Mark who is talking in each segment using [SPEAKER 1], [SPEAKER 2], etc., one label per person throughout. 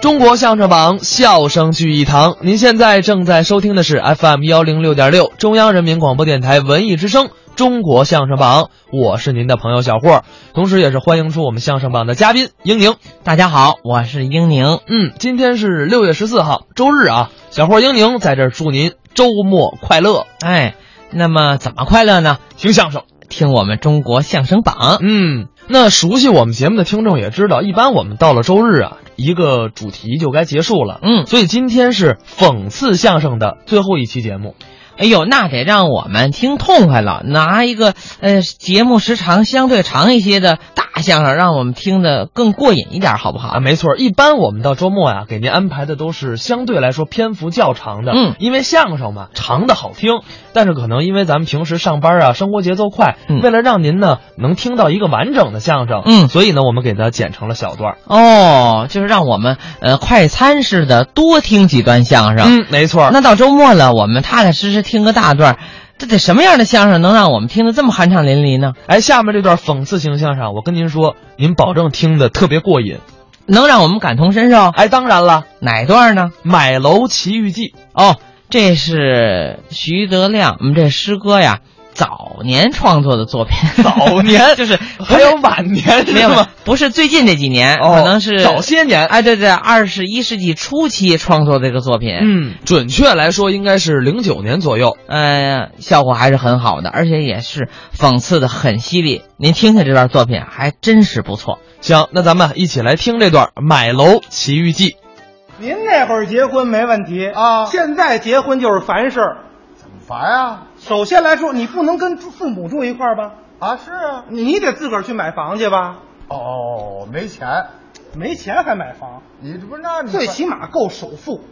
[SPEAKER 1] 中国相声榜，笑声聚一堂。您现在正在收听的是 FM 幺零六点六，中央人民广播电台文艺之声《中国相声榜》，我是您的朋友小霍，同时也是欢迎出我们相声榜的嘉宾英宁。
[SPEAKER 2] 大家好，我是英宁。
[SPEAKER 1] 嗯，今天是六月十四号，周日啊，小霍英宁在这儿祝您周末快乐，
[SPEAKER 2] 哎，那么怎么快乐呢？
[SPEAKER 1] 听相声。
[SPEAKER 2] 听我们中国相声榜。
[SPEAKER 1] 嗯，那熟悉我们节目的听众也知道，一般我们到了周日啊，一个主题就该结束了。
[SPEAKER 2] 嗯，
[SPEAKER 1] 所以今天是讽刺相声的最后一期节目。
[SPEAKER 2] 哎呦，那得让我们听痛快了，拿一个呃节目时长相对长一些的大相声，让我们听得更过瘾一点，好不
[SPEAKER 1] 啊，
[SPEAKER 2] 好？
[SPEAKER 1] 没错，一般我们到周末呀、给您安排的都是相对来说篇幅较长的，
[SPEAKER 2] 嗯
[SPEAKER 1] 因为相声嘛，长的好听，但是可能因为咱们平时上班啊，生活节奏快，
[SPEAKER 2] 嗯
[SPEAKER 1] 为了让您呢能听到一个完整的相声，
[SPEAKER 2] 嗯
[SPEAKER 1] 所以呢，我们给它剪成了小段儿。
[SPEAKER 2] 哦，就是让我们呃快餐似的多听几段相声。
[SPEAKER 1] 嗯，没错，
[SPEAKER 2] 那到周末了，我们踏踏实实听个大段儿。这得什么样的相声能让我们听得这么酣畅淋漓呢？
[SPEAKER 1] 哎，下面这段讽刺型相声，我跟您说，您保证听的特别过瘾。
[SPEAKER 2] 能让我们感同身受？
[SPEAKER 1] 哎，当然了，
[SPEAKER 2] 哪段呢？
[SPEAKER 1] 《买楼奇遇记》
[SPEAKER 2] 哦，这是徐德亮，我们这师哥呀，早年创作的作品。
[SPEAKER 1] 早年
[SPEAKER 2] 就是
[SPEAKER 1] 还有晚年
[SPEAKER 2] 没
[SPEAKER 1] 是
[SPEAKER 2] 有
[SPEAKER 1] 吗？
[SPEAKER 2] 不是最近这几年，
[SPEAKER 1] 哦
[SPEAKER 2] 可能是
[SPEAKER 1] 早些年
[SPEAKER 2] 哎，对对，二十一世纪初期创作这个作品。
[SPEAKER 1] 嗯，准确来说应该是零九年左右。
[SPEAKER 2] 呃，效果还是很好的，而且也是讽刺的很犀利。您听听这段作品，还真是不错。
[SPEAKER 1] 行，那咱们一起来听这段《买楼奇遇记》。
[SPEAKER 3] 您那会儿结婚没问题
[SPEAKER 4] 啊
[SPEAKER 3] 现在结婚就是烦事儿。
[SPEAKER 4] 烦啊！
[SPEAKER 3] 首先来说，你不能跟父母住一块儿吧？
[SPEAKER 4] 啊，是啊。
[SPEAKER 3] 你得自个儿去买房去吧？
[SPEAKER 4] 哦，没钱，
[SPEAKER 3] 没钱还买房，
[SPEAKER 4] 你这不是那你
[SPEAKER 3] 最
[SPEAKER 4] 烦
[SPEAKER 3] 起码够首付。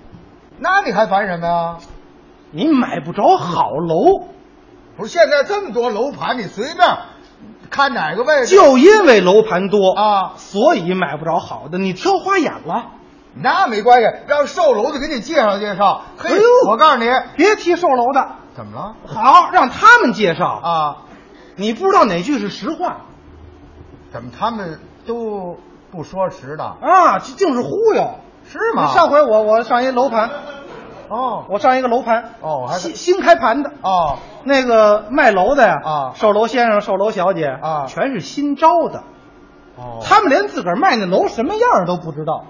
[SPEAKER 4] 那你还烦什么呀？
[SPEAKER 3] 你买不着好楼，
[SPEAKER 4] 不是现在这么多楼盘，你随便看哪个位置
[SPEAKER 3] 就因为楼盘多，
[SPEAKER 4] 啊？
[SPEAKER 3] 所以买不着好的。你挑花眼了，
[SPEAKER 4] 那没关系，让售楼的给你介绍介绍。嘿，
[SPEAKER 3] 哎呦
[SPEAKER 4] 我告诉你，
[SPEAKER 3] 别提售楼的，
[SPEAKER 4] 怎么了？
[SPEAKER 3] 好让他们介绍。
[SPEAKER 4] 啊，
[SPEAKER 3] 你不知道哪句是实话
[SPEAKER 4] 怎么他们都不说实的？
[SPEAKER 3] 啊，这净是忽悠，
[SPEAKER 4] 是吗
[SPEAKER 3] 你上回我我上一楼盘，
[SPEAKER 4] 哦
[SPEAKER 3] 我上一个楼盘，
[SPEAKER 4] 哦还是
[SPEAKER 3] 新新开盘的
[SPEAKER 4] 哦，
[SPEAKER 3] 那个卖楼的呀，
[SPEAKER 4] 啊
[SPEAKER 3] 售楼先生、售楼小姐
[SPEAKER 4] 啊
[SPEAKER 3] 全是新招的，
[SPEAKER 4] 哦
[SPEAKER 3] 他们连自个儿卖那楼什么样儿都不知道，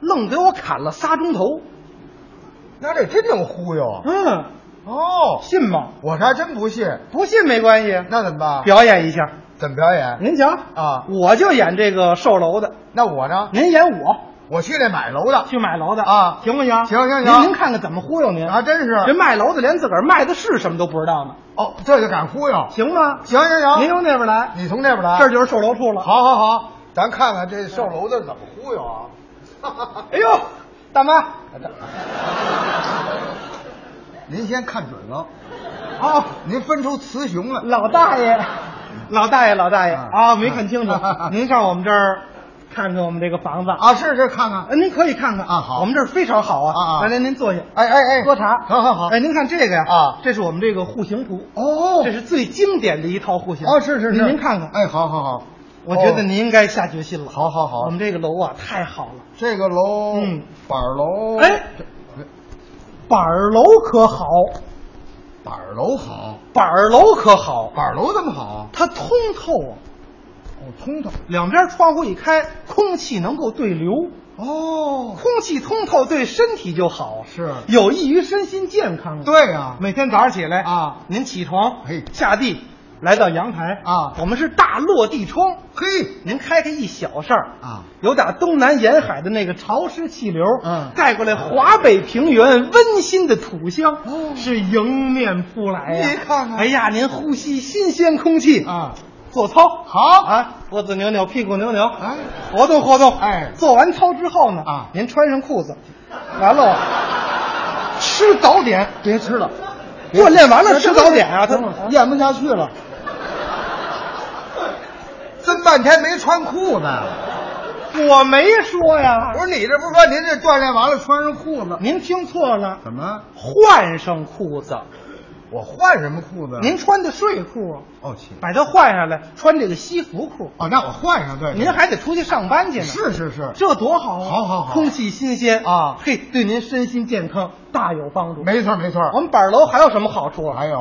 [SPEAKER 3] 愣给我砍了仨钟头。
[SPEAKER 4] 那这真能忽悠啊！
[SPEAKER 3] 嗯，
[SPEAKER 4] 哦，
[SPEAKER 3] 信吗？
[SPEAKER 4] 我还真不信。
[SPEAKER 3] 不信没关系，
[SPEAKER 4] 那怎么办？
[SPEAKER 3] 表嗯演一下。
[SPEAKER 4] 怎么表演？
[SPEAKER 3] 您瞧
[SPEAKER 4] 啊
[SPEAKER 3] 我就演这个售楼的，
[SPEAKER 4] 那我呢？
[SPEAKER 3] 您演我
[SPEAKER 4] 我去那买楼的。
[SPEAKER 3] 去买楼的
[SPEAKER 4] 啊
[SPEAKER 3] 行不行？
[SPEAKER 4] 行行行
[SPEAKER 3] 您您看看怎么忽悠您
[SPEAKER 4] 啊，真是
[SPEAKER 3] 人卖楼的连自个儿卖的是什么都不知道呢，
[SPEAKER 4] 哦，这就敢忽悠？
[SPEAKER 3] 行吗？
[SPEAKER 4] 行行行，
[SPEAKER 3] 您从那边来，
[SPEAKER 4] 你从那边来，
[SPEAKER 3] 这就是售楼处了。
[SPEAKER 4] 好好好，咱看看这售楼的怎么忽悠啊！
[SPEAKER 3] 哎呦，大妈，
[SPEAKER 4] 您先看准了，
[SPEAKER 3] 哦，
[SPEAKER 4] 您分出雌雄了。
[SPEAKER 3] 老大爷， 老大爷，老大爷
[SPEAKER 4] 啊
[SPEAKER 3] 啊，没看清楚
[SPEAKER 4] 啊，
[SPEAKER 3] 您上我们这儿看看我们这个房子啊，
[SPEAKER 4] 啊，是是，看看。
[SPEAKER 3] 呃您可以看看
[SPEAKER 4] 啊好
[SPEAKER 3] 我们这儿非常好
[SPEAKER 4] 啊
[SPEAKER 3] 啊，
[SPEAKER 4] 啊
[SPEAKER 3] 来来，您坐下，
[SPEAKER 4] 哎哎哎，
[SPEAKER 3] 喝茶，
[SPEAKER 4] 好好好。
[SPEAKER 3] 哎，您看这个呀，
[SPEAKER 4] 啊
[SPEAKER 3] 这是我们这个户型图，
[SPEAKER 4] 哦
[SPEAKER 3] 这是最经典的一套户型
[SPEAKER 4] 哦，是是是，
[SPEAKER 3] 您您看看，
[SPEAKER 4] 哎，好好好，
[SPEAKER 3] 我觉得
[SPEAKER 4] 哦
[SPEAKER 3] 您应该下决心了，
[SPEAKER 4] 好好好
[SPEAKER 3] 我们这个楼啊太好了，
[SPEAKER 4] 哦这个楼，
[SPEAKER 3] 嗯，
[SPEAKER 4] 板楼，
[SPEAKER 3] 哎
[SPEAKER 4] 这，
[SPEAKER 3] 板儿楼可好，
[SPEAKER 4] 板楼好，
[SPEAKER 3] 板儿楼可好，
[SPEAKER 4] 板楼怎么好？
[SPEAKER 3] 它通透啊，
[SPEAKER 4] 哦，通透。
[SPEAKER 3] 两边窗户一开，空气能够对流。
[SPEAKER 4] 哦，
[SPEAKER 3] 空气通透对身体就好，啊
[SPEAKER 4] 是
[SPEAKER 3] 有益于身心健康。，
[SPEAKER 4] 对呀，
[SPEAKER 3] 每天早上起来
[SPEAKER 4] 啊，
[SPEAKER 3] 您起床，
[SPEAKER 4] 嘿
[SPEAKER 3] 下地，来到阳台
[SPEAKER 4] 啊
[SPEAKER 3] 我们是大落地窗，
[SPEAKER 4] 嘿，
[SPEAKER 3] 您开开一小扇儿
[SPEAKER 4] 啊，
[SPEAKER 3] 有点东南沿海的那个潮湿气流，
[SPEAKER 4] 嗯
[SPEAKER 3] 盖过来华北平原温馨的土香，
[SPEAKER 4] 哦
[SPEAKER 3] 是迎面扑来呀。
[SPEAKER 4] 您看看
[SPEAKER 3] 哎呀，您呼吸新鲜空气，
[SPEAKER 4] 啊，
[SPEAKER 3] 做操
[SPEAKER 4] 好
[SPEAKER 3] 啊，脖子扭扭，屁股扭扭，
[SPEAKER 4] 哎
[SPEAKER 3] 活动活动，
[SPEAKER 4] 哎
[SPEAKER 3] 做完操之后呢，
[SPEAKER 4] 啊
[SPEAKER 3] 您穿上裤子，完 了，吃早点，
[SPEAKER 4] 别吃了，
[SPEAKER 3] 锻炼完了吃早点啊，他
[SPEAKER 4] 等会儿
[SPEAKER 3] 咽不下去了，
[SPEAKER 4] 这半天没穿裤子啊呀。
[SPEAKER 3] 我没说呀
[SPEAKER 4] 不，是你这不是说您这锻炼完了穿上裤子？
[SPEAKER 3] 您听错了，
[SPEAKER 4] 怎么？
[SPEAKER 3] 换上裤子，
[SPEAKER 4] 我换什么裤子？啊
[SPEAKER 3] 您穿的睡裤啊，
[SPEAKER 4] 哦，起
[SPEAKER 3] 把它换下来，穿这个西服裤，
[SPEAKER 4] 哦，那我换上对。对
[SPEAKER 3] 您还得出去上班去呢。
[SPEAKER 4] 是是是，
[SPEAKER 3] 这多好啊！
[SPEAKER 4] 好好好
[SPEAKER 3] 空气新鲜
[SPEAKER 4] 啊
[SPEAKER 3] 嘿，对您身心健康大有帮助。
[SPEAKER 4] 没错没错。
[SPEAKER 3] 我们板儿楼还有什么好处啊？
[SPEAKER 4] 还有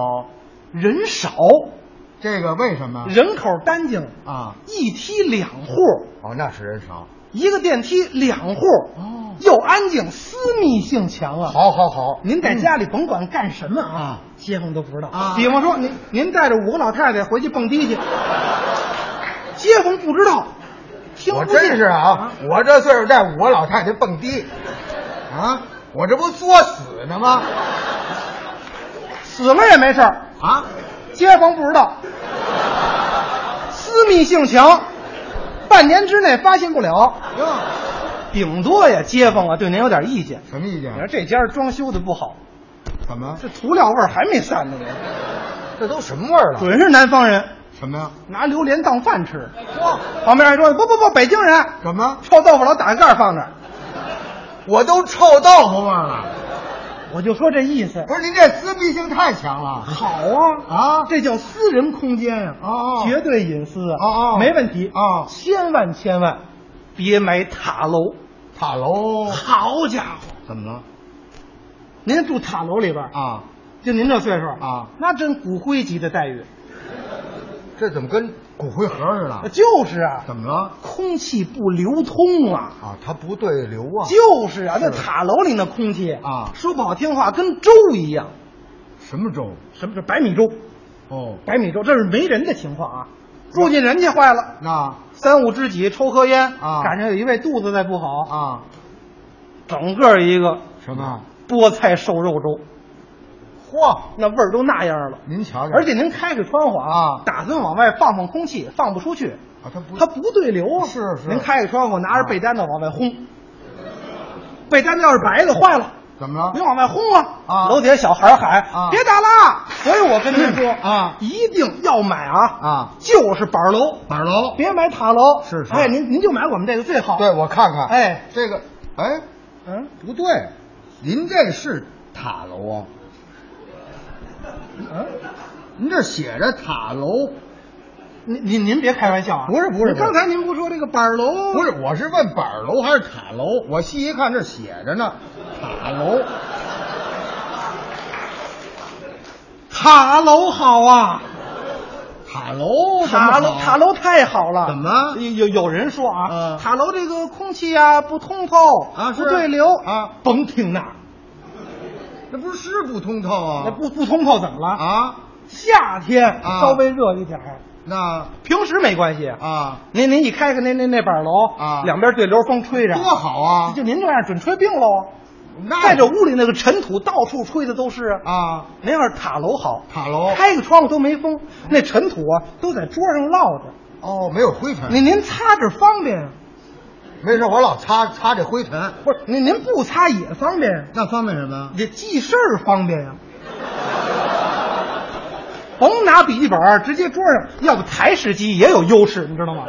[SPEAKER 3] 人少，
[SPEAKER 4] 啊这个为什么？
[SPEAKER 3] 人口干净，
[SPEAKER 4] 啊，
[SPEAKER 3] 一梯两户，
[SPEAKER 4] 哦，那是人少。
[SPEAKER 3] 一个电梯两户，
[SPEAKER 4] 哦
[SPEAKER 3] 又安静，私密性强啊。，
[SPEAKER 4] 好好好，嗯
[SPEAKER 3] 您在家里甭管干什么啊，街坊都不知道
[SPEAKER 4] 啊
[SPEAKER 3] 比方说，您您带着五个老太太回去蹦 迪去，街坊不知道，听不
[SPEAKER 4] 我
[SPEAKER 3] 见
[SPEAKER 4] 真是啊，我这岁数带我老太太蹦迪，啊，我这不作死呢吗？
[SPEAKER 3] 死了也没事儿。
[SPEAKER 4] 啊，
[SPEAKER 3] 街坊不知道，私密性强，半年之内发现不了，
[SPEAKER 4] 哟，
[SPEAKER 3] 顶多呀街坊啊对您有点意见。
[SPEAKER 4] 什么意
[SPEAKER 3] 你说
[SPEAKER 4] 见？啊
[SPEAKER 3] 这家装修的不好，
[SPEAKER 4] 怎么？
[SPEAKER 3] 这涂料味儿还没散呢，
[SPEAKER 4] 这都什么味儿了？
[SPEAKER 3] 准是南方人
[SPEAKER 4] 什么呀？
[SPEAKER 3] 拿榴莲当饭吃。旁边还说不不不，北京人
[SPEAKER 4] 怎么？
[SPEAKER 3] 臭豆腐老打个盖儿放那儿，
[SPEAKER 4] 我都臭豆腐味儿了。
[SPEAKER 3] 我就说这意思
[SPEAKER 4] 不。是您这私密性太强了。
[SPEAKER 3] 好啊
[SPEAKER 4] 啊
[SPEAKER 3] 这叫私人空间呀、
[SPEAKER 4] 哦哦
[SPEAKER 3] 绝对隐私啊，
[SPEAKER 4] 哦哦
[SPEAKER 3] 没问题
[SPEAKER 4] 哦
[SPEAKER 3] 千万千万别买塔楼，
[SPEAKER 4] 塔楼
[SPEAKER 3] 好家伙！
[SPEAKER 4] 怎么了？
[SPEAKER 3] 您住塔楼里边儿，
[SPEAKER 4] 啊，
[SPEAKER 3] 就您这岁数
[SPEAKER 4] 啊
[SPEAKER 3] 那真骨灰级的待遇。
[SPEAKER 4] 这怎么跟骨灰盒似的？
[SPEAKER 3] 就是啊，
[SPEAKER 4] 怎么了？
[SPEAKER 3] 空气不流通啊。
[SPEAKER 4] 啊，它不对流啊。
[SPEAKER 3] 就是啊，那塔楼里那空气
[SPEAKER 4] 啊
[SPEAKER 3] 说不好听话跟粥一样，
[SPEAKER 4] 什么粥？
[SPEAKER 3] 什么叫白米粥？
[SPEAKER 4] 哦，
[SPEAKER 3] 白米粥，这是没人的情况啊。住进人家坏了，
[SPEAKER 4] 那
[SPEAKER 3] 三五知己抽颗烟
[SPEAKER 4] 啊
[SPEAKER 3] 赶上有一位肚子再不好，
[SPEAKER 4] 啊
[SPEAKER 3] 整个一个
[SPEAKER 4] 什么？
[SPEAKER 3] 菠菜瘦肉粥，
[SPEAKER 4] 嚯，
[SPEAKER 3] 那味儿都那样了。
[SPEAKER 4] 您瞧瞧，
[SPEAKER 3] 而且您开开窗户
[SPEAKER 4] 啊
[SPEAKER 3] 打算往外放放空气，放不出去，
[SPEAKER 4] 啊，它不
[SPEAKER 3] 它不对流啊。
[SPEAKER 4] 是是啊
[SPEAKER 3] 您开开窗户，拿着被单子往外轰，被单子要是白的坏了，
[SPEAKER 4] 怎么了
[SPEAKER 3] 您？往外轰啊！
[SPEAKER 4] 啊
[SPEAKER 3] 楼底下小孩喊
[SPEAKER 4] 啊
[SPEAKER 3] 别打啦！所以我跟您说
[SPEAKER 4] 啊
[SPEAKER 3] 一定要买啊
[SPEAKER 4] 啊，
[SPEAKER 3] 就是板儿楼，
[SPEAKER 4] 板楼
[SPEAKER 3] 别买塔楼。
[SPEAKER 4] 是是
[SPEAKER 3] 哎，您您就买我们这个最好。
[SPEAKER 4] 对，我看看。
[SPEAKER 3] 哎，
[SPEAKER 4] 这个，哎，
[SPEAKER 3] 嗯，
[SPEAKER 4] 不对，您这个是塔楼啊？
[SPEAKER 3] 嗯
[SPEAKER 4] 您这写着塔楼，
[SPEAKER 3] 您您您别开玩笑啊！
[SPEAKER 4] 不是不是不是
[SPEAKER 3] 刚才您不说这个板儿楼
[SPEAKER 4] 不是？我是问板楼还是塔楼？我细一看，这写着呢，塔楼。
[SPEAKER 3] 塔楼好啊？
[SPEAKER 4] 塔楼怎么
[SPEAKER 3] 塔
[SPEAKER 4] 好
[SPEAKER 3] 楼塔楼太好了，
[SPEAKER 4] 怎么
[SPEAKER 3] 有有有人说啊，
[SPEAKER 4] 嗯
[SPEAKER 3] 塔楼这个空气啊不通透
[SPEAKER 4] 啊
[SPEAKER 3] 不
[SPEAKER 4] 是
[SPEAKER 3] 对流
[SPEAKER 4] 啊，
[SPEAKER 3] 甭听那，
[SPEAKER 4] 那不是不通透啊？
[SPEAKER 3] 那不不通透怎么了？
[SPEAKER 4] 啊？
[SPEAKER 3] 夏天
[SPEAKER 4] 啊
[SPEAKER 3] 稍微热一点儿，
[SPEAKER 4] 那
[SPEAKER 3] 平时没关系。
[SPEAKER 4] 啊，
[SPEAKER 3] 您您一开开那那那板楼
[SPEAKER 4] 啊
[SPEAKER 3] 两边对流风吹着，
[SPEAKER 4] 多好啊！
[SPEAKER 3] 就您这样准吹病喽啊！
[SPEAKER 4] 那
[SPEAKER 3] 在这屋里那个尘土到处吹的都是啊。
[SPEAKER 4] 啊，
[SPEAKER 3] 您要是塔楼好，
[SPEAKER 4] 塔楼
[SPEAKER 3] 开个窗户都没风，那尘土啊都在桌上落着。
[SPEAKER 4] 哦，没有灰尘。
[SPEAKER 3] 您您擦着方便啊，
[SPEAKER 4] 没事，我老擦擦这灰尘，
[SPEAKER 3] 不是您您不擦也方便啊，
[SPEAKER 4] 那方便什么？
[SPEAKER 3] 也记事儿方便呀、甭拿笔记本儿，直接桌上，要不台式机也有优势，你知道吗？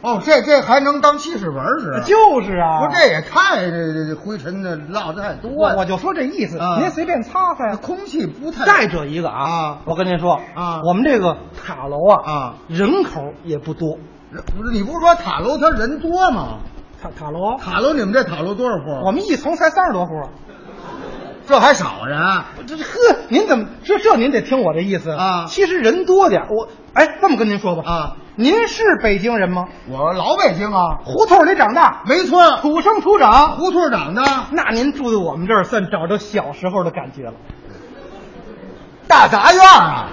[SPEAKER 4] 哦，这这还能当记事本儿使？
[SPEAKER 3] 就是啊，
[SPEAKER 4] 不是这也太这这这灰尘的落的太多
[SPEAKER 3] 我嗯
[SPEAKER 4] 了，
[SPEAKER 3] 我就说这意思，
[SPEAKER 4] 啊
[SPEAKER 3] 您随便擦擦
[SPEAKER 4] 那
[SPEAKER 3] 呀。
[SPEAKER 4] 空气不太
[SPEAKER 3] 再者一个啊，
[SPEAKER 4] 啊
[SPEAKER 3] 我跟您说
[SPEAKER 4] 啊
[SPEAKER 3] 我们这个塔楼啊
[SPEAKER 4] 啊
[SPEAKER 3] 人口也不多，
[SPEAKER 4] 不是你不是说塔楼它人多吗？
[SPEAKER 3] 塔塔楼，
[SPEAKER 4] 塔楼你们这塔楼多少户？
[SPEAKER 3] 我们一层才三十多户，啊
[SPEAKER 4] 这还少人啊？
[SPEAKER 3] 这这呵，您怎么这这您得听我这意思
[SPEAKER 4] 啊
[SPEAKER 3] 其实人多点儿，我哎这么跟您说吧
[SPEAKER 4] 啊，
[SPEAKER 3] 您是北京人吗？
[SPEAKER 4] 我老北京啊，
[SPEAKER 3] 胡同里长大，
[SPEAKER 4] 没错儿，
[SPEAKER 3] 土生土长，
[SPEAKER 4] 胡同长的，
[SPEAKER 3] 那您住在我们这儿算找着小时候的感觉了。
[SPEAKER 4] 大杂院儿啊，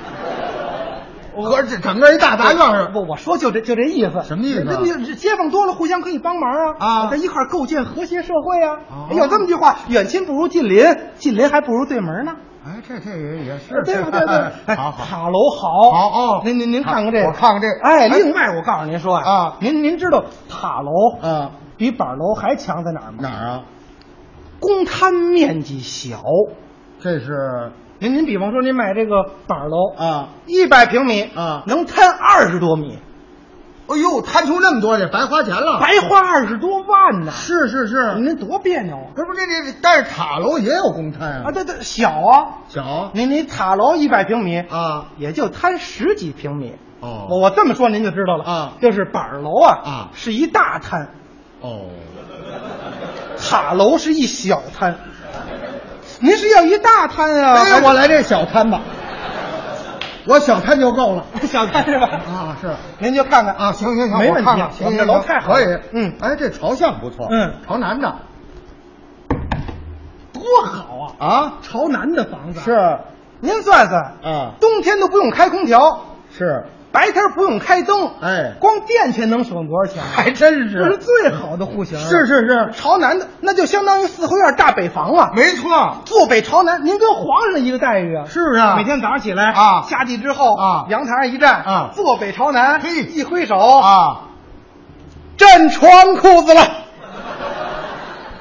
[SPEAKER 4] 我这整个一大杂院儿
[SPEAKER 3] 不，我说就这就这意思，
[SPEAKER 4] 什么意思
[SPEAKER 3] 那那街坊多了，互相可以帮忙啊
[SPEAKER 4] 啊
[SPEAKER 3] 在一块儿构建和谐社会啊。
[SPEAKER 4] 哦
[SPEAKER 3] 有这么句话，远亲不如近邻，近邻还不如对门呢，
[SPEAKER 4] 哎，这这也也是
[SPEAKER 3] 对不对？ 对哎，
[SPEAKER 4] 好好
[SPEAKER 3] 塔楼好，
[SPEAKER 4] 好哦
[SPEAKER 3] 您您您看看这个，
[SPEAKER 4] 我看看这个
[SPEAKER 3] 哎，
[SPEAKER 4] 哎
[SPEAKER 3] 另外我告诉您说
[SPEAKER 4] 啊
[SPEAKER 3] 您您知道塔楼
[SPEAKER 4] 啊，
[SPEAKER 3] 比板楼还强在哪儿吗？
[SPEAKER 4] 哪儿啊？
[SPEAKER 3] 公摊面积小。
[SPEAKER 4] 这是
[SPEAKER 3] 您您比方说您买这个板楼
[SPEAKER 4] 啊
[SPEAKER 3] 一百平米
[SPEAKER 4] 啊
[SPEAKER 3] 能摊二十多米，
[SPEAKER 4] 哎呦，贪出那么多去，白花钱了。
[SPEAKER 3] 白花二十多万呢。
[SPEAKER 4] 是是是，
[SPEAKER 3] 您多别扭啊！
[SPEAKER 4] 这不这这，但是塔楼也有公
[SPEAKER 3] 啊，
[SPEAKER 4] 摊啊，
[SPEAKER 3] 这这小啊，
[SPEAKER 4] 小
[SPEAKER 3] 您您塔楼一百平米，
[SPEAKER 4] 啊，
[SPEAKER 3] 也就摊十几平米。
[SPEAKER 4] 哦
[SPEAKER 3] 我我这么说您就知道了
[SPEAKER 4] 啊
[SPEAKER 3] 就是板儿楼啊
[SPEAKER 4] 啊
[SPEAKER 3] 是一大摊，
[SPEAKER 4] 哦，
[SPEAKER 3] 塔楼是一小摊。您是要一大摊啊？
[SPEAKER 4] 哎
[SPEAKER 3] 还是
[SPEAKER 4] 我来这小摊吧，我小摊就够了
[SPEAKER 3] 小摊 是吧？
[SPEAKER 4] 啊，是。
[SPEAKER 3] 您就看看
[SPEAKER 4] 啊，行行行，
[SPEAKER 3] 没
[SPEAKER 4] 我
[SPEAKER 3] 问题
[SPEAKER 4] 看看
[SPEAKER 3] 我
[SPEAKER 4] 行
[SPEAKER 3] 们这
[SPEAKER 4] 行，
[SPEAKER 3] 楼
[SPEAKER 4] 行
[SPEAKER 3] 太好
[SPEAKER 4] 可
[SPEAKER 3] 了
[SPEAKER 4] 以，
[SPEAKER 3] 嗯
[SPEAKER 4] 哎，这朝向不错，
[SPEAKER 3] 嗯
[SPEAKER 4] 朝南的
[SPEAKER 3] 多好啊！
[SPEAKER 4] 啊，
[SPEAKER 3] 朝南的房子
[SPEAKER 4] 是
[SPEAKER 3] 您算算，
[SPEAKER 4] 啊，
[SPEAKER 3] 冬天都不用开空调，
[SPEAKER 4] 是，
[SPEAKER 3] 白天不用开灯，
[SPEAKER 4] 哎
[SPEAKER 3] 光电钱能省多少钱？
[SPEAKER 4] 还真
[SPEAKER 3] 这是
[SPEAKER 4] 是，
[SPEAKER 3] 最好的户型。
[SPEAKER 4] 是是是
[SPEAKER 3] 朝南的那就相当于四合院大北房啊，
[SPEAKER 4] 没错，
[SPEAKER 3] 坐北朝南，您跟皇上一个待遇啊。
[SPEAKER 4] 是不是啊？
[SPEAKER 3] 每天早上起来
[SPEAKER 4] 啊
[SPEAKER 3] 下地之后
[SPEAKER 4] 啊
[SPEAKER 3] 阳台上一站
[SPEAKER 4] 啊
[SPEAKER 3] 坐北朝南，
[SPEAKER 4] 嘿
[SPEAKER 3] 一挥手，
[SPEAKER 4] 啊，
[SPEAKER 3] 站穿裤子了。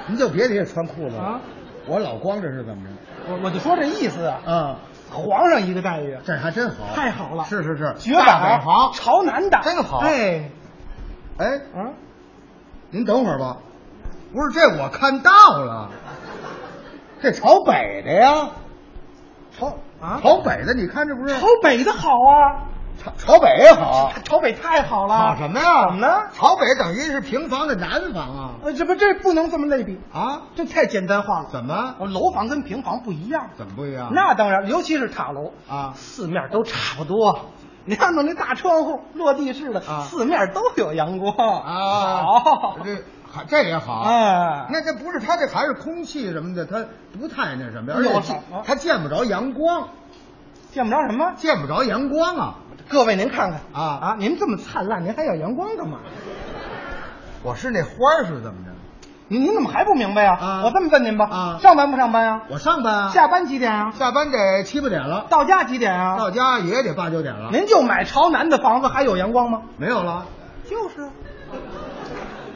[SPEAKER 4] 您就别提这穿裤子
[SPEAKER 3] 啊
[SPEAKER 4] 了，我老光着是怎么
[SPEAKER 3] 我我就说这意思啊，
[SPEAKER 4] 着？啊，
[SPEAKER 3] 皇上一个待遇，
[SPEAKER 4] 这还真好，
[SPEAKER 3] 太好了
[SPEAKER 4] 是是是，
[SPEAKER 3] 绝
[SPEAKER 4] 大
[SPEAKER 3] 版
[SPEAKER 4] 北房，
[SPEAKER 3] 朝南的，
[SPEAKER 4] 真好
[SPEAKER 3] 哎，
[SPEAKER 4] 哎，
[SPEAKER 3] 嗯，
[SPEAKER 4] 您等会儿吧，不是这我看到 了，这朝北的呀，
[SPEAKER 3] 朝啊
[SPEAKER 4] 朝北啊的，你看这不是
[SPEAKER 3] 朝北的好啊，
[SPEAKER 4] 朝朝北也好。啊
[SPEAKER 3] 朝北太好了。
[SPEAKER 4] 好什么呀？
[SPEAKER 3] 怎啊么呢？
[SPEAKER 4] 朝北等于是平房的南房啊
[SPEAKER 3] 呃，这不这不能这么类比，
[SPEAKER 4] 啊？
[SPEAKER 3] 这太简单化了。
[SPEAKER 4] 怎么
[SPEAKER 3] 我哦楼房跟平房不一样。
[SPEAKER 4] 怎么不一样？
[SPEAKER 3] 那当然，尤其是塔楼
[SPEAKER 4] 啊
[SPEAKER 3] 四面都差不多。你看弄那大窗户，落地式的，
[SPEAKER 4] 啊
[SPEAKER 3] 四面都有阳光
[SPEAKER 4] 啊，
[SPEAKER 3] 好，
[SPEAKER 4] 这还这也好。
[SPEAKER 3] 哎，
[SPEAKER 4] 那这不是它这还是空气什么的，它不太那什么，
[SPEAKER 3] 有
[SPEAKER 4] 而且
[SPEAKER 3] 什么
[SPEAKER 4] 它见不着阳光，
[SPEAKER 3] 见不着什么。
[SPEAKER 4] 见不着阳光啊！
[SPEAKER 3] 各位您看看
[SPEAKER 4] 啊
[SPEAKER 3] 啊，您这么灿烂，您还要阳光干嘛？
[SPEAKER 4] 我是那花儿是怎么着？
[SPEAKER 3] 您您怎么还不明白呀、
[SPEAKER 4] 啊
[SPEAKER 3] 我这么问您吧，
[SPEAKER 4] 啊
[SPEAKER 3] 上班不上班呀、
[SPEAKER 4] 我上班啊，
[SPEAKER 3] 下班几点啊？
[SPEAKER 4] 下班得七八点了，
[SPEAKER 3] 到家几点啊？
[SPEAKER 4] 到家也得八九点了。
[SPEAKER 3] 您就买朝南的房子，还有阳光吗？
[SPEAKER 4] 没有了？啊
[SPEAKER 3] 就是，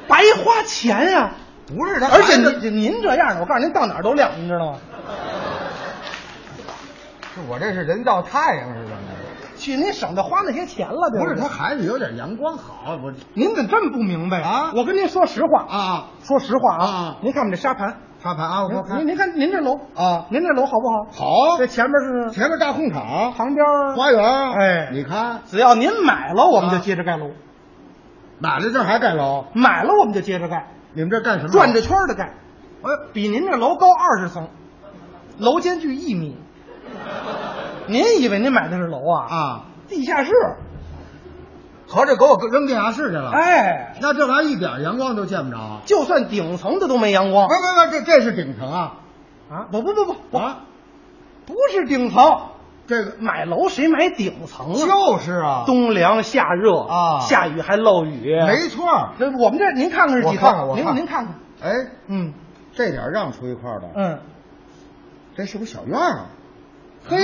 [SPEAKER 3] 白花钱呀、
[SPEAKER 4] 不是它，
[SPEAKER 3] 而且
[SPEAKER 4] 还是
[SPEAKER 3] 您您这样的，我告诉您，到哪儿都亮，您知道吗？
[SPEAKER 4] 是我这是人造太阳是怎么着？
[SPEAKER 3] 去您省得花那些钱了，对
[SPEAKER 4] 不
[SPEAKER 3] 对
[SPEAKER 4] 是，它还是有点阳光好。我
[SPEAKER 3] 您怎么这么不明白
[SPEAKER 4] 啊
[SPEAKER 3] 我跟您说实话，
[SPEAKER 4] 啊，
[SPEAKER 3] 说实话
[SPEAKER 4] 啊
[SPEAKER 3] 您看我们这沙盘，
[SPEAKER 4] 沙盘啊，我给我看
[SPEAKER 3] 您您看您这楼
[SPEAKER 4] 啊
[SPEAKER 3] 您这楼好不好？
[SPEAKER 4] 好
[SPEAKER 3] 这，前面是
[SPEAKER 4] 前面大空场，
[SPEAKER 3] 旁边儿
[SPEAKER 4] 花园，
[SPEAKER 3] 哎
[SPEAKER 4] 你看，
[SPEAKER 3] 只要您买了，我们就
[SPEAKER 4] 啊
[SPEAKER 3] 接着盖楼；
[SPEAKER 4] 买了这儿还盖楼，
[SPEAKER 3] 买了，我们就接着盖，
[SPEAKER 4] 你们这儿干什么？
[SPEAKER 3] 转着圈的盖。哎，比您这楼高二十层，楼间距一米。您以为您买的是楼啊？啊，
[SPEAKER 4] 啊，
[SPEAKER 3] 地下室。
[SPEAKER 4] 合着给我扔地下室去了。，
[SPEAKER 3] 哎，
[SPEAKER 4] 那这玩意儿一点阳光都见不着啊。
[SPEAKER 3] 就算顶层的都没阳光
[SPEAKER 4] 不不不，这这是顶层啊
[SPEAKER 3] 啊！不不不不不，
[SPEAKER 4] 啊，
[SPEAKER 3] 不是顶层，
[SPEAKER 4] 这个
[SPEAKER 3] 买楼谁买顶层啊？
[SPEAKER 4] 就是啊，
[SPEAKER 3] 冬凉夏热
[SPEAKER 4] 啊
[SPEAKER 3] 下雨还漏雨。
[SPEAKER 4] 没错儿。
[SPEAKER 3] 这我们这您看看是几
[SPEAKER 4] 我看看
[SPEAKER 3] 层？
[SPEAKER 4] 我
[SPEAKER 3] 您
[SPEAKER 4] 看
[SPEAKER 3] 您看看，
[SPEAKER 4] 哎，
[SPEAKER 3] 嗯
[SPEAKER 4] 这点儿让出一块儿的，
[SPEAKER 3] 嗯，
[SPEAKER 4] 这是不是小院儿啊？嘿，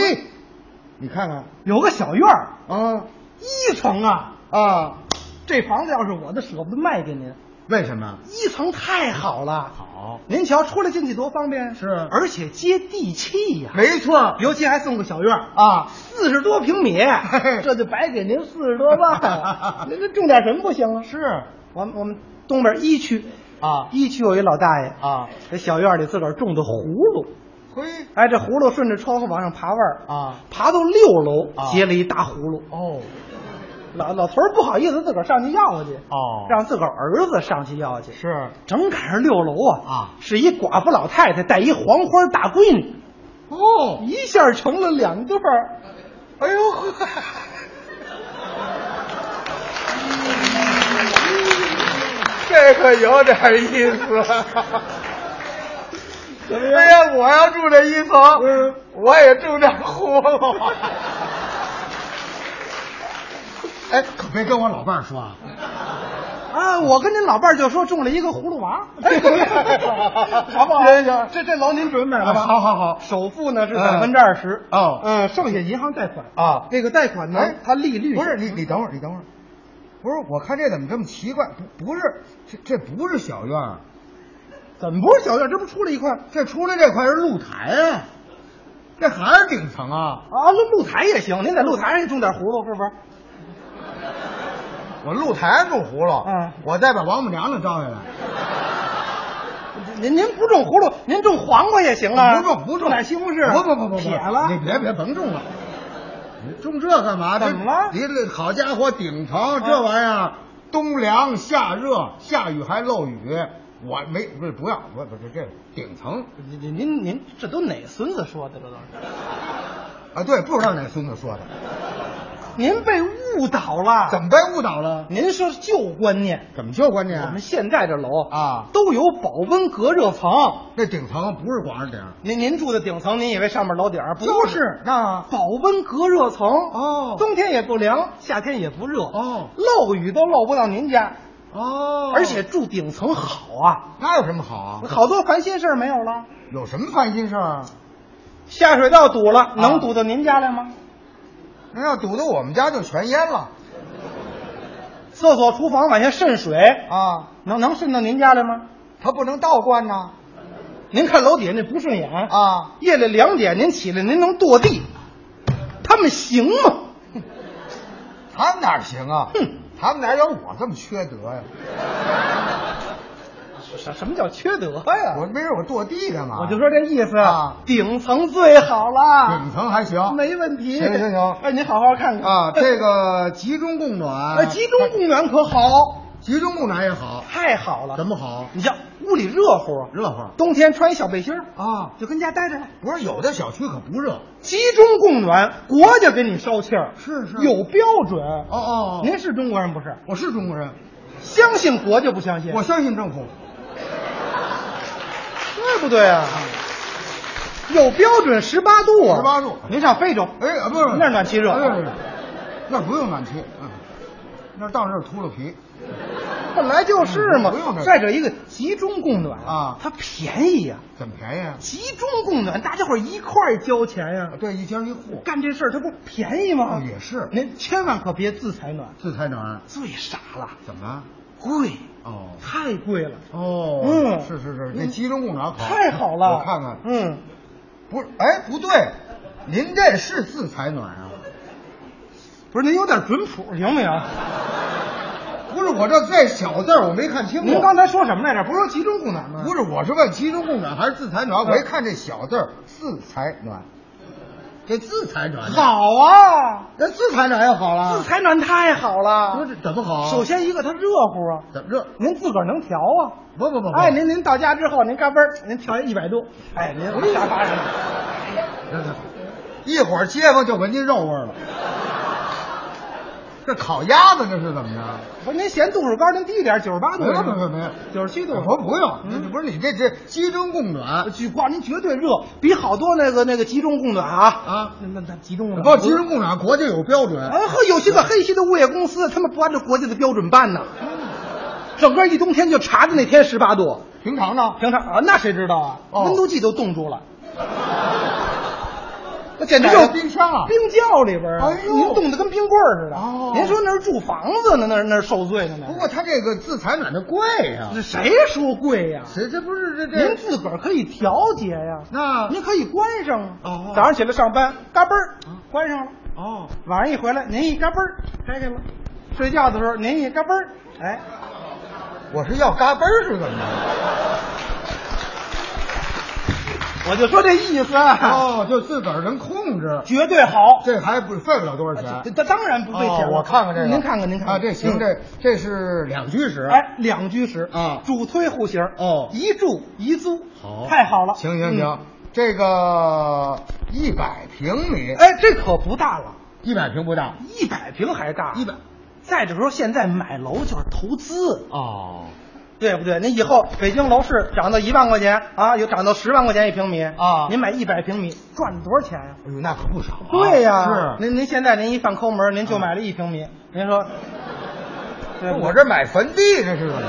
[SPEAKER 4] 你看看
[SPEAKER 3] 有个小院儿，
[SPEAKER 4] 啊
[SPEAKER 3] 一层啊。
[SPEAKER 4] 啊，
[SPEAKER 3] 这房子要是我的，舍不得卖给您。
[SPEAKER 4] 为什么？
[SPEAKER 3] 一层太好了，
[SPEAKER 4] 好，
[SPEAKER 3] 您瞧出来进去多方便，
[SPEAKER 4] 是
[SPEAKER 3] 而且接地气呀、
[SPEAKER 4] 没错儿
[SPEAKER 3] 尤其还送个小院儿，
[SPEAKER 4] 啊，
[SPEAKER 3] 四十多平 米
[SPEAKER 4] 嘿，
[SPEAKER 3] 这就白给您四十多万 了，您这种点什么不行啊？
[SPEAKER 4] 是
[SPEAKER 3] 我们我们东边一区
[SPEAKER 4] 啊
[SPEAKER 3] 一区有一老大爷，
[SPEAKER 4] 啊，
[SPEAKER 3] 这小院里自个儿种的葫芦，
[SPEAKER 4] 嘿
[SPEAKER 3] 哎，这葫芦顺着窗户往上爬腕儿，
[SPEAKER 4] 啊，
[SPEAKER 3] 爬到六楼
[SPEAKER 4] 啊
[SPEAKER 3] 结了一大葫芦。
[SPEAKER 4] 哦
[SPEAKER 3] 老老头儿不好意思，自个儿上去要去，
[SPEAKER 4] 哦
[SPEAKER 3] 让自个儿儿子上去要去。
[SPEAKER 4] 是
[SPEAKER 3] 正赶上六楼啊
[SPEAKER 4] 啊
[SPEAKER 3] 是一寡妇老太太带一黄花大闺女，
[SPEAKER 4] 哦，
[SPEAKER 3] 一下成了两对儿。
[SPEAKER 4] 哎 呦，这可有点意思。
[SPEAKER 3] 怎么
[SPEAKER 4] 哎
[SPEAKER 3] 样？
[SPEAKER 4] 呀，我要住这一层，
[SPEAKER 3] 嗯
[SPEAKER 4] 我也住这葫芦。 哎，可别跟我老伴儿说啊！
[SPEAKER 3] 啊，我跟您老伴儿就说种了一个葫芦 娃，哎好不好？
[SPEAKER 4] 行行
[SPEAKER 3] 这这楼您准买了吧？
[SPEAKER 4] 啊好好好
[SPEAKER 3] 首付呢是
[SPEAKER 4] 嗯
[SPEAKER 3] 百分之二十，
[SPEAKER 4] 哦
[SPEAKER 3] 嗯，剩下银行贷款
[SPEAKER 4] 啊
[SPEAKER 3] 这个贷款呢
[SPEAKER 4] 哎，
[SPEAKER 3] 它利率
[SPEAKER 4] 不是你，你等会儿，你等会儿，不是，我看这怎么这么奇怪？不，不是，这这不是小院儿，
[SPEAKER 3] 怎么不是小院？这不出了一块
[SPEAKER 4] 这出来这块是露台啊，这还是顶层啊？
[SPEAKER 3] 啊？露露台也行，您在露台上也种点葫芦，是不是？
[SPEAKER 4] 我露台种葫芦，
[SPEAKER 3] 嗯
[SPEAKER 4] 我再把王母娘娘招下来。
[SPEAKER 3] 您您不种葫芦，您种黄瓜也行啊。
[SPEAKER 4] 不种不种，
[SPEAKER 3] 哪西红柿？
[SPEAKER 4] 不不不不，不
[SPEAKER 3] 撇了
[SPEAKER 4] 你。别别甭种了，你种这干嘛？这
[SPEAKER 3] 怎么了啊
[SPEAKER 4] 你这好家伙，顶棚这玩意儿，冬凉夏热，下雨还漏雨。我没不是不要，不不是这顶层
[SPEAKER 3] 您您您您这都哪孙子说的？这都是
[SPEAKER 4] 啊，对，不知道哪孙子说的，
[SPEAKER 3] 您被误导了。
[SPEAKER 4] 怎么被误导了？
[SPEAKER 3] 您说旧观念，
[SPEAKER 4] 怎么就关键？
[SPEAKER 3] 我们现在这楼
[SPEAKER 4] 啊
[SPEAKER 3] 都有保温隔热房。
[SPEAKER 4] 那顶层不是光是顶，
[SPEAKER 3] 您您住的顶层，您以为上面楼顶儿不
[SPEAKER 4] 就
[SPEAKER 3] 都
[SPEAKER 4] 是那
[SPEAKER 3] 保温隔热层
[SPEAKER 4] 哦
[SPEAKER 3] 冬天也不凉，夏天也不热
[SPEAKER 4] 哦
[SPEAKER 3] 漏雨都漏不到您家，
[SPEAKER 4] 哦
[SPEAKER 3] 而且住顶层好啊，
[SPEAKER 4] 那有什么好啊？
[SPEAKER 3] 好多烦心事儿没有了。
[SPEAKER 4] 有什么烦心事儿啊？
[SPEAKER 3] 下水道堵了，能堵到您家来吗？
[SPEAKER 4] 那要堵得我们家就全淹了
[SPEAKER 3] 厕所、厨房往下渗水，
[SPEAKER 4] 啊！
[SPEAKER 3] 能能渗到您家来吗？
[SPEAKER 4] 它不能倒灌呐
[SPEAKER 3] 您看楼底下那不顺眼，
[SPEAKER 4] 啊！
[SPEAKER 3] 夜里两点您起来，您能跺地，他们行吗？
[SPEAKER 4] 他们哪行啊？
[SPEAKER 3] 哼
[SPEAKER 4] 他们哪有我这么缺德呀、
[SPEAKER 3] 什什么叫缺德呀？
[SPEAKER 4] 我没事，我跺地干嘛？
[SPEAKER 3] 哎我就说这意思
[SPEAKER 4] 啊
[SPEAKER 3] 顶层最好了，
[SPEAKER 4] 顶层还行，
[SPEAKER 3] 没问题。
[SPEAKER 4] 行行行
[SPEAKER 3] 哎，您好好看看
[SPEAKER 4] 啊，这个啊集中供暖，
[SPEAKER 3] 哎，集中供暖可好，
[SPEAKER 4] 集中供暖也好，
[SPEAKER 3] 太好了。
[SPEAKER 4] 怎？么好？
[SPEAKER 3] 你像屋里热乎，
[SPEAKER 4] 热乎
[SPEAKER 3] 冬天穿一小背心儿，
[SPEAKER 4] 啊！
[SPEAKER 3] 就跟家待着吧。
[SPEAKER 4] 不是有的小区可不热，
[SPEAKER 3] 集中供暖，国家给你烧气儿，
[SPEAKER 4] 是是
[SPEAKER 3] 有标准。
[SPEAKER 4] 哦哦，
[SPEAKER 3] 您是中国人不是？
[SPEAKER 4] 我是中国人，
[SPEAKER 3] 相信国家不相信？
[SPEAKER 4] 我相信政府，
[SPEAKER 3] 对不对啊？有标准十八度啊，
[SPEAKER 4] 18度
[SPEAKER 3] 您上非洲，
[SPEAKER 4] 哎，啊不是
[SPEAKER 3] 那儿暖气热
[SPEAKER 4] 哎不是不是那儿不用暖气，嗯，那儿到那儿秃噜皮，
[SPEAKER 3] 本来就是嘛
[SPEAKER 4] 嗯不用。这
[SPEAKER 3] 再者一个集中供暖
[SPEAKER 4] 啊
[SPEAKER 3] 它便宜呀、
[SPEAKER 4] 怎么便宜啊？
[SPEAKER 3] 集中供暖，大家伙儿一块儿交钱呀、
[SPEAKER 4] 对，一家一户，
[SPEAKER 3] 干这事儿它不便宜吗？
[SPEAKER 4] 哦也是
[SPEAKER 3] 您千万可别自采暖，
[SPEAKER 4] 自采暖，
[SPEAKER 3] 最傻了，
[SPEAKER 4] 怎么了？
[SPEAKER 3] 贵，
[SPEAKER 4] 哦。
[SPEAKER 3] 太贵了，
[SPEAKER 4] 哦，
[SPEAKER 3] 嗯
[SPEAKER 4] 是是是，那集中供暖好，
[SPEAKER 3] 太好了，
[SPEAKER 4] 哦我看看，
[SPEAKER 3] 嗯，
[SPEAKER 4] 不是，哎，不对，您这是自采暖啊？
[SPEAKER 3] 不是您有点准谱行不行？
[SPEAKER 4] 不是，我这这小字儿我没看清楚。嗯
[SPEAKER 3] 您刚才说什么来着？不是说集中供暖吗？
[SPEAKER 4] 不是，我是问集中供暖还是自采
[SPEAKER 3] 嗯
[SPEAKER 4] 暖？我一看这小字儿，自采暖，这自采暖呢，
[SPEAKER 3] 好啊，
[SPEAKER 4] 那自采暖也好了。
[SPEAKER 3] 自采暖太好
[SPEAKER 4] 不
[SPEAKER 3] 了。
[SPEAKER 4] 是怎么好？
[SPEAKER 3] 首先一个它热乎啊，
[SPEAKER 4] 怎么热？
[SPEAKER 3] 您自个儿能调啊。
[SPEAKER 4] 不不不，不
[SPEAKER 3] 哎，您您到家之后，您嘎嘣儿，您调一百度，哎，您回沙发上了，
[SPEAKER 4] 这这一会儿街坊就闻见肉味儿了。这烤鸭子这是怎么着？
[SPEAKER 3] 不是您嫌度数高，您低点九十八度
[SPEAKER 4] 没，有没有没有，
[SPEAKER 3] 九十七度，
[SPEAKER 4] 我不用，
[SPEAKER 3] 嗯
[SPEAKER 4] 不是你这这集中供暖，啊
[SPEAKER 3] 举挂您绝对热，比好多那个那个集中供暖啊
[SPEAKER 4] 啊
[SPEAKER 3] 那那那集中供暖
[SPEAKER 4] 不，集中供暖，国家有标准。嗯
[SPEAKER 3] 啊，呵，有些个黑心的物业公司，他们不按照国家的标准办呢，整个一冬天就查着那天十八度，
[SPEAKER 4] 平常呢？
[SPEAKER 3] 平常啊，那谁知道啊？
[SPEAKER 4] 哦
[SPEAKER 3] 温度计都冻住了，那简直
[SPEAKER 4] 没有
[SPEAKER 3] 就
[SPEAKER 4] 冰箱了
[SPEAKER 3] 冰窖里边啊，
[SPEAKER 4] 哎呦
[SPEAKER 3] 您冻得跟冰棍儿似的。
[SPEAKER 4] 哦
[SPEAKER 3] 您说那是住房子呢，那是那是受罪呢？那
[SPEAKER 4] 不
[SPEAKER 3] 是
[SPEAKER 4] 过他这个自采暖的贵呀、
[SPEAKER 3] 这谁说贵呀？
[SPEAKER 4] 谁这不是这
[SPEAKER 3] 您
[SPEAKER 4] 这
[SPEAKER 3] 自个儿可以调节呀，
[SPEAKER 4] 那
[SPEAKER 3] 您可以关上啊。
[SPEAKER 4] 哦啊
[SPEAKER 3] 早上起来上班，嘎嘣儿关上了，
[SPEAKER 4] 哦
[SPEAKER 3] 晚上一回来，您一嘎嘣儿开开了，睡觉的时候您一嘎嘣儿，哎，
[SPEAKER 4] 我是要嘎嘣儿是怎
[SPEAKER 3] 啊
[SPEAKER 4] 么着？
[SPEAKER 3] 我就说这意思，啊，
[SPEAKER 4] 哦，就自个儿能控制，
[SPEAKER 3] 绝对好。
[SPEAKER 4] 这还不费不了多少钱。
[SPEAKER 3] 啊这这当然不费钱
[SPEAKER 4] 哦
[SPEAKER 3] 了。
[SPEAKER 4] 我看看这个，
[SPEAKER 3] 您看看，您看看
[SPEAKER 4] 啊，这行，
[SPEAKER 3] 嗯
[SPEAKER 4] 这这是两居室，
[SPEAKER 3] 哎，两居室
[SPEAKER 4] 啊
[SPEAKER 3] 主推户型
[SPEAKER 4] 哦
[SPEAKER 3] 一住一租，
[SPEAKER 4] 好，
[SPEAKER 3] 太好了，
[SPEAKER 4] 行
[SPEAKER 3] 嗯
[SPEAKER 4] 行行，，这个一百平米，
[SPEAKER 3] 哎，这可不大了，
[SPEAKER 4] 一百平不大，
[SPEAKER 3] 一百平还大，
[SPEAKER 4] 一百。哎
[SPEAKER 3] 再者说，现在买楼就是投资，
[SPEAKER 4] 哦
[SPEAKER 3] 对不对？那以后北京楼市涨到一万块钱啊，有涨到十万块钱一平米
[SPEAKER 4] 啊
[SPEAKER 3] 您买一百平米赚多少钱呀、
[SPEAKER 4] 哎呦，那可不少啊、
[SPEAKER 3] 对呀、
[SPEAKER 4] 是。嗯
[SPEAKER 3] 您您现在您一犯抠门，您就买了一平米，您 说，对不对
[SPEAKER 4] 我这买坟地这是怎么着？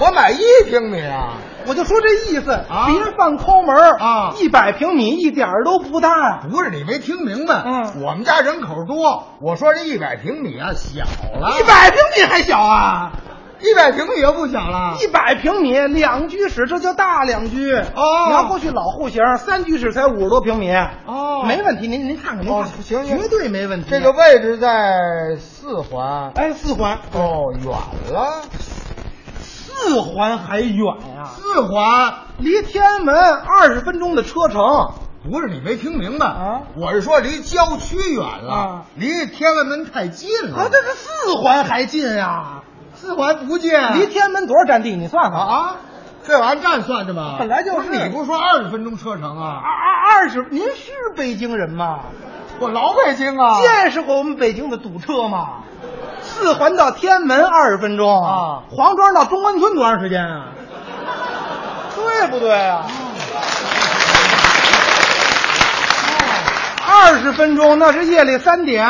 [SPEAKER 4] 我买一平米啊！
[SPEAKER 3] 我就说这意思，
[SPEAKER 4] 啊
[SPEAKER 3] 别犯抠门儿
[SPEAKER 4] 啊
[SPEAKER 3] 一百平米一点儿都不大，
[SPEAKER 4] 不是你没听明白，
[SPEAKER 3] 嗯
[SPEAKER 4] 我们家人口多，我说这一百平米啊小了，
[SPEAKER 3] 一百平米还小啊？
[SPEAKER 4] 一百平米也不小了
[SPEAKER 3] 一百平米两居室，这叫大两居
[SPEAKER 4] 哦
[SPEAKER 3] 你要过去老户型，三居室才五十多平米
[SPEAKER 4] 哦
[SPEAKER 3] 没问题。您您看看，您
[SPEAKER 4] 哦
[SPEAKER 3] 看，
[SPEAKER 4] 行，
[SPEAKER 3] 绝对没问题。
[SPEAKER 4] 这个位置在四环，
[SPEAKER 3] 哎，四环
[SPEAKER 4] 哦，远了，
[SPEAKER 3] 四环还远呀、
[SPEAKER 4] 四环。
[SPEAKER 3] 离天安门二十分钟的车程。
[SPEAKER 4] 不是你没听明白
[SPEAKER 3] 啊
[SPEAKER 4] 我是说离郊区远了，
[SPEAKER 3] 啊
[SPEAKER 4] 离天安门太近了。
[SPEAKER 3] 啊，这是四环还近呀、
[SPEAKER 4] 四环不近，
[SPEAKER 3] 离天安门多少站地？你算
[SPEAKER 4] 啊
[SPEAKER 3] 算！
[SPEAKER 4] 啊，这玩意儿站算的吗？
[SPEAKER 3] 本来就是
[SPEAKER 4] 不你不是说二十分钟车程
[SPEAKER 3] 二
[SPEAKER 4] 啊？
[SPEAKER 3] 二二十，您是北京人吗？
[SPEAKER 4] 我老北京啊，
[SPEAKER 3] 见识过我们北京的堵车吗？四环到天安门二十分钟
[SPEAKER 4] 啊
[SPEAKER 3] 黄庄到中关村多长时间啊？对不对啊？二十分钟那是夜里三点，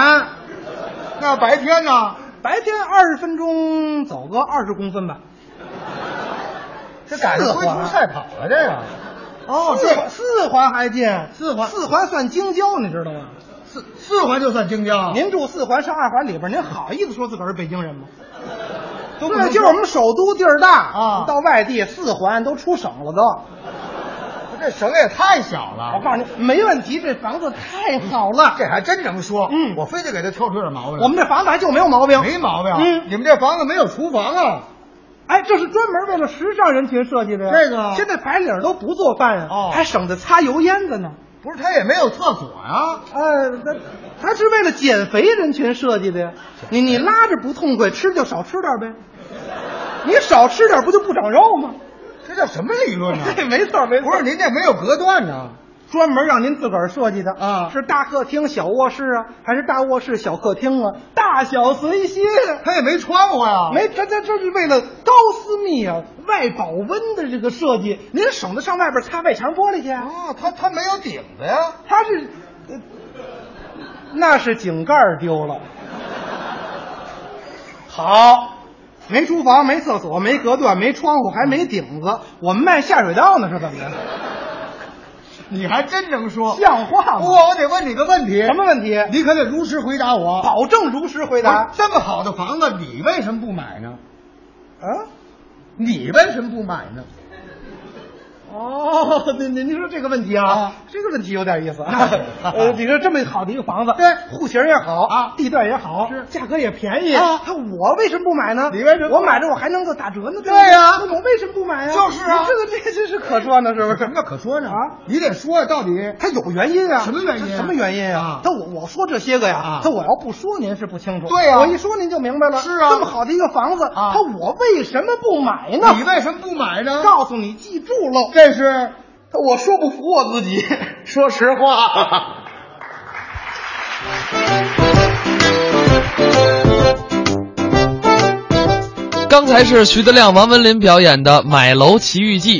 [SPEAKER 4] 那白天啊呢？
[SPEAKER 3] 白天二十分钟走个二十公分吧。
[SPEAKER 4] 这赶上龟兔赛跑了，这个。
[SPEAKER 3] 哦
[SPEAKER 4] 这
[SPEAKER 3] 四四环还近，
[SPEAKER 4] 四环
[SPEAKER 3] 四环算京郊，你知道吗？
[SPEAKER 4] 四四环就算京郊，
[SPEAKER 3] 您住四环上二环里边，您好意思说自个儿是北京人吗？
[SPEAKER 4] 都不能
[SPEAKER 3] 对，就是我们首都地儿大
[SPEAKER 4] 啊
[SPEAKER 3] 到外地四环都出省了都。
[SPEAKER 4] 这省也太小了。
[SPEAKER 3] 我告诉你，没问题，这房子太好了，
[SPEAKER 4] 这还真能说。
[SPEAKER 3] 嗯
[SPEAKER 4] 我非得给他挑出点毛病来。
[SPEAKER 3] 我们这房子还就没有毛病。
[SPEAKER 4] 嗯没毛病。
[SPEAKER 3] 嗯
[SPEAKER 4] 你们这房子没有厨房啊？
[SPEAKER 3] 哎，这是专门为了时尚人群设计的呀。
[SPEAKER 4] 这个
[SPEAKER 3] 现在白领都不做饭呀，
[SPEAKER 4] 哦
[SPEAKER 3] 还省着擦油烟子呢。
[SPEAKER 4] 不是，他也没有厕所呀、
[SPEAKER 3] 呃，那它是为了减肥人群设计的呀。你你拉着不痛快，吃就少吃点呗。你少吃点不就不长肉吗？
[SPEAKER 4] 这叫什么理论呢、
[SPEAKER 3] 对， 没错没错。
[SPEAKER 4] 不是，您这没有隔断呢、
[SPEAKER 3] 专门让您自个儿设计的
[SPEAKER 4] 啊
[SPEAKER 3] 是大客厅、小卧室啊，还是大卧室、小客厅啊？大小随心。
[SPEAKER 4] 他也没窗户呀、
[SPEAKER 3] 没，这这这是为了高私密啊、外保温的这个设计，您省得上外边擦外墙玻璃去啊。
[SPEAKER 4] 啊，他他没有顶子呀、
[SPEAKER 3] 它是，呃那是井盖儿丢了。好，没厨房，没厕所，没隔断，没窗户，还
[SPEAKER 4] 嗯
[SPEAKER 3] 没顶子，我们卖下水道呢，是怎么的？
[SPEAKER 4] 你还真能说。
[SPEAKER 3] 像话
[SPEAKER 4] 不
[SPEAKER 3] 吗？
[SPEAKER 4] 哦过我得问你个问题，
[SPEAKER 3] 什么问题？
[SPEAKER 4] 你可得如实回答我。
[SPEAKER 3] 保证如实回
[SPEAKER 4] 回
[SPEAKER 3] 答。
[SPEAKER 4] 这么好的房子，你为什么不买呢？
[SPEAKER 3] 啊？
[SPEAKER 4] 你为什么不买呢？
[SPEAKER 3] 哦，您您您说这个问题啊，
[SPEAKER 4] 啊
[SPEAKER 3] 这个问题有点意思
[SPEAKER 4] 那
[SPEAKER 3] 啊
[SPEAKER 4] 是。
[SPEAKER 3] 呃，你说这么好的一个房子，
[SPEAKER 4] 对
[SPEAKER 3] 户型也好
[SPEAKER 4] 啊
[SPEAKER 3] 地段也好，
[SPEAKER 4] 是
[SPEAKER 3] 价格也便宜
[SPEAKER 4] 啊
[SPEAKER 3] 那我为什么不买呢？
[SPEAKER 4] 你为什么不买
[SPEAKER 3] 我买着我还能够打折呢？不
[SPEAKER 4] 对呀
[SPEAKER 3] 那我为什么不买呀？
[SPEAKER 4] 就是啊
[SPEAKER 3] 这个这这是可说呢，是不
[SPEAKER 4] 什么
[SPEAKER 3] 是？
[SPEAKER 4] 叫可说呢？
[SPEAKER 3] 啊，
[SPEAKER 4] 你得说呀，到底
[SPEAKER 3] 它有原因啊，
[SPEAKER 4] 什么原因啊
[SPEAKER 3] 什么原因
[SPEAKER 4] 啊
[SPEAKER 3] 他我我说这些个呀
[SPEAKER 4] 啊，
[SPEAKER 3] 他我要不说您是不清楚，
[SPEAKER 4] 对呀
[SPEAKER 3] 我一说您就明白了。
[SPEAKER 4] 是啊
[SPEAKER 3] 这么好的一个房子，
[SPEAKER 4] 啊
[SPEAKER 3] 他我为什么不买呢？
[SPEAKER 4] 你为什么不买呢？
[SPEAKER 3] 告诉你，记住喽，
[SPEAKER 4] 这是
[SPEAKER 3] 我说不服我自己。
[SPEAKER 4] 说实 话。
[SPEAKER 1] 刚才是徐德亮、王文林表演的《买楼奇遇记》。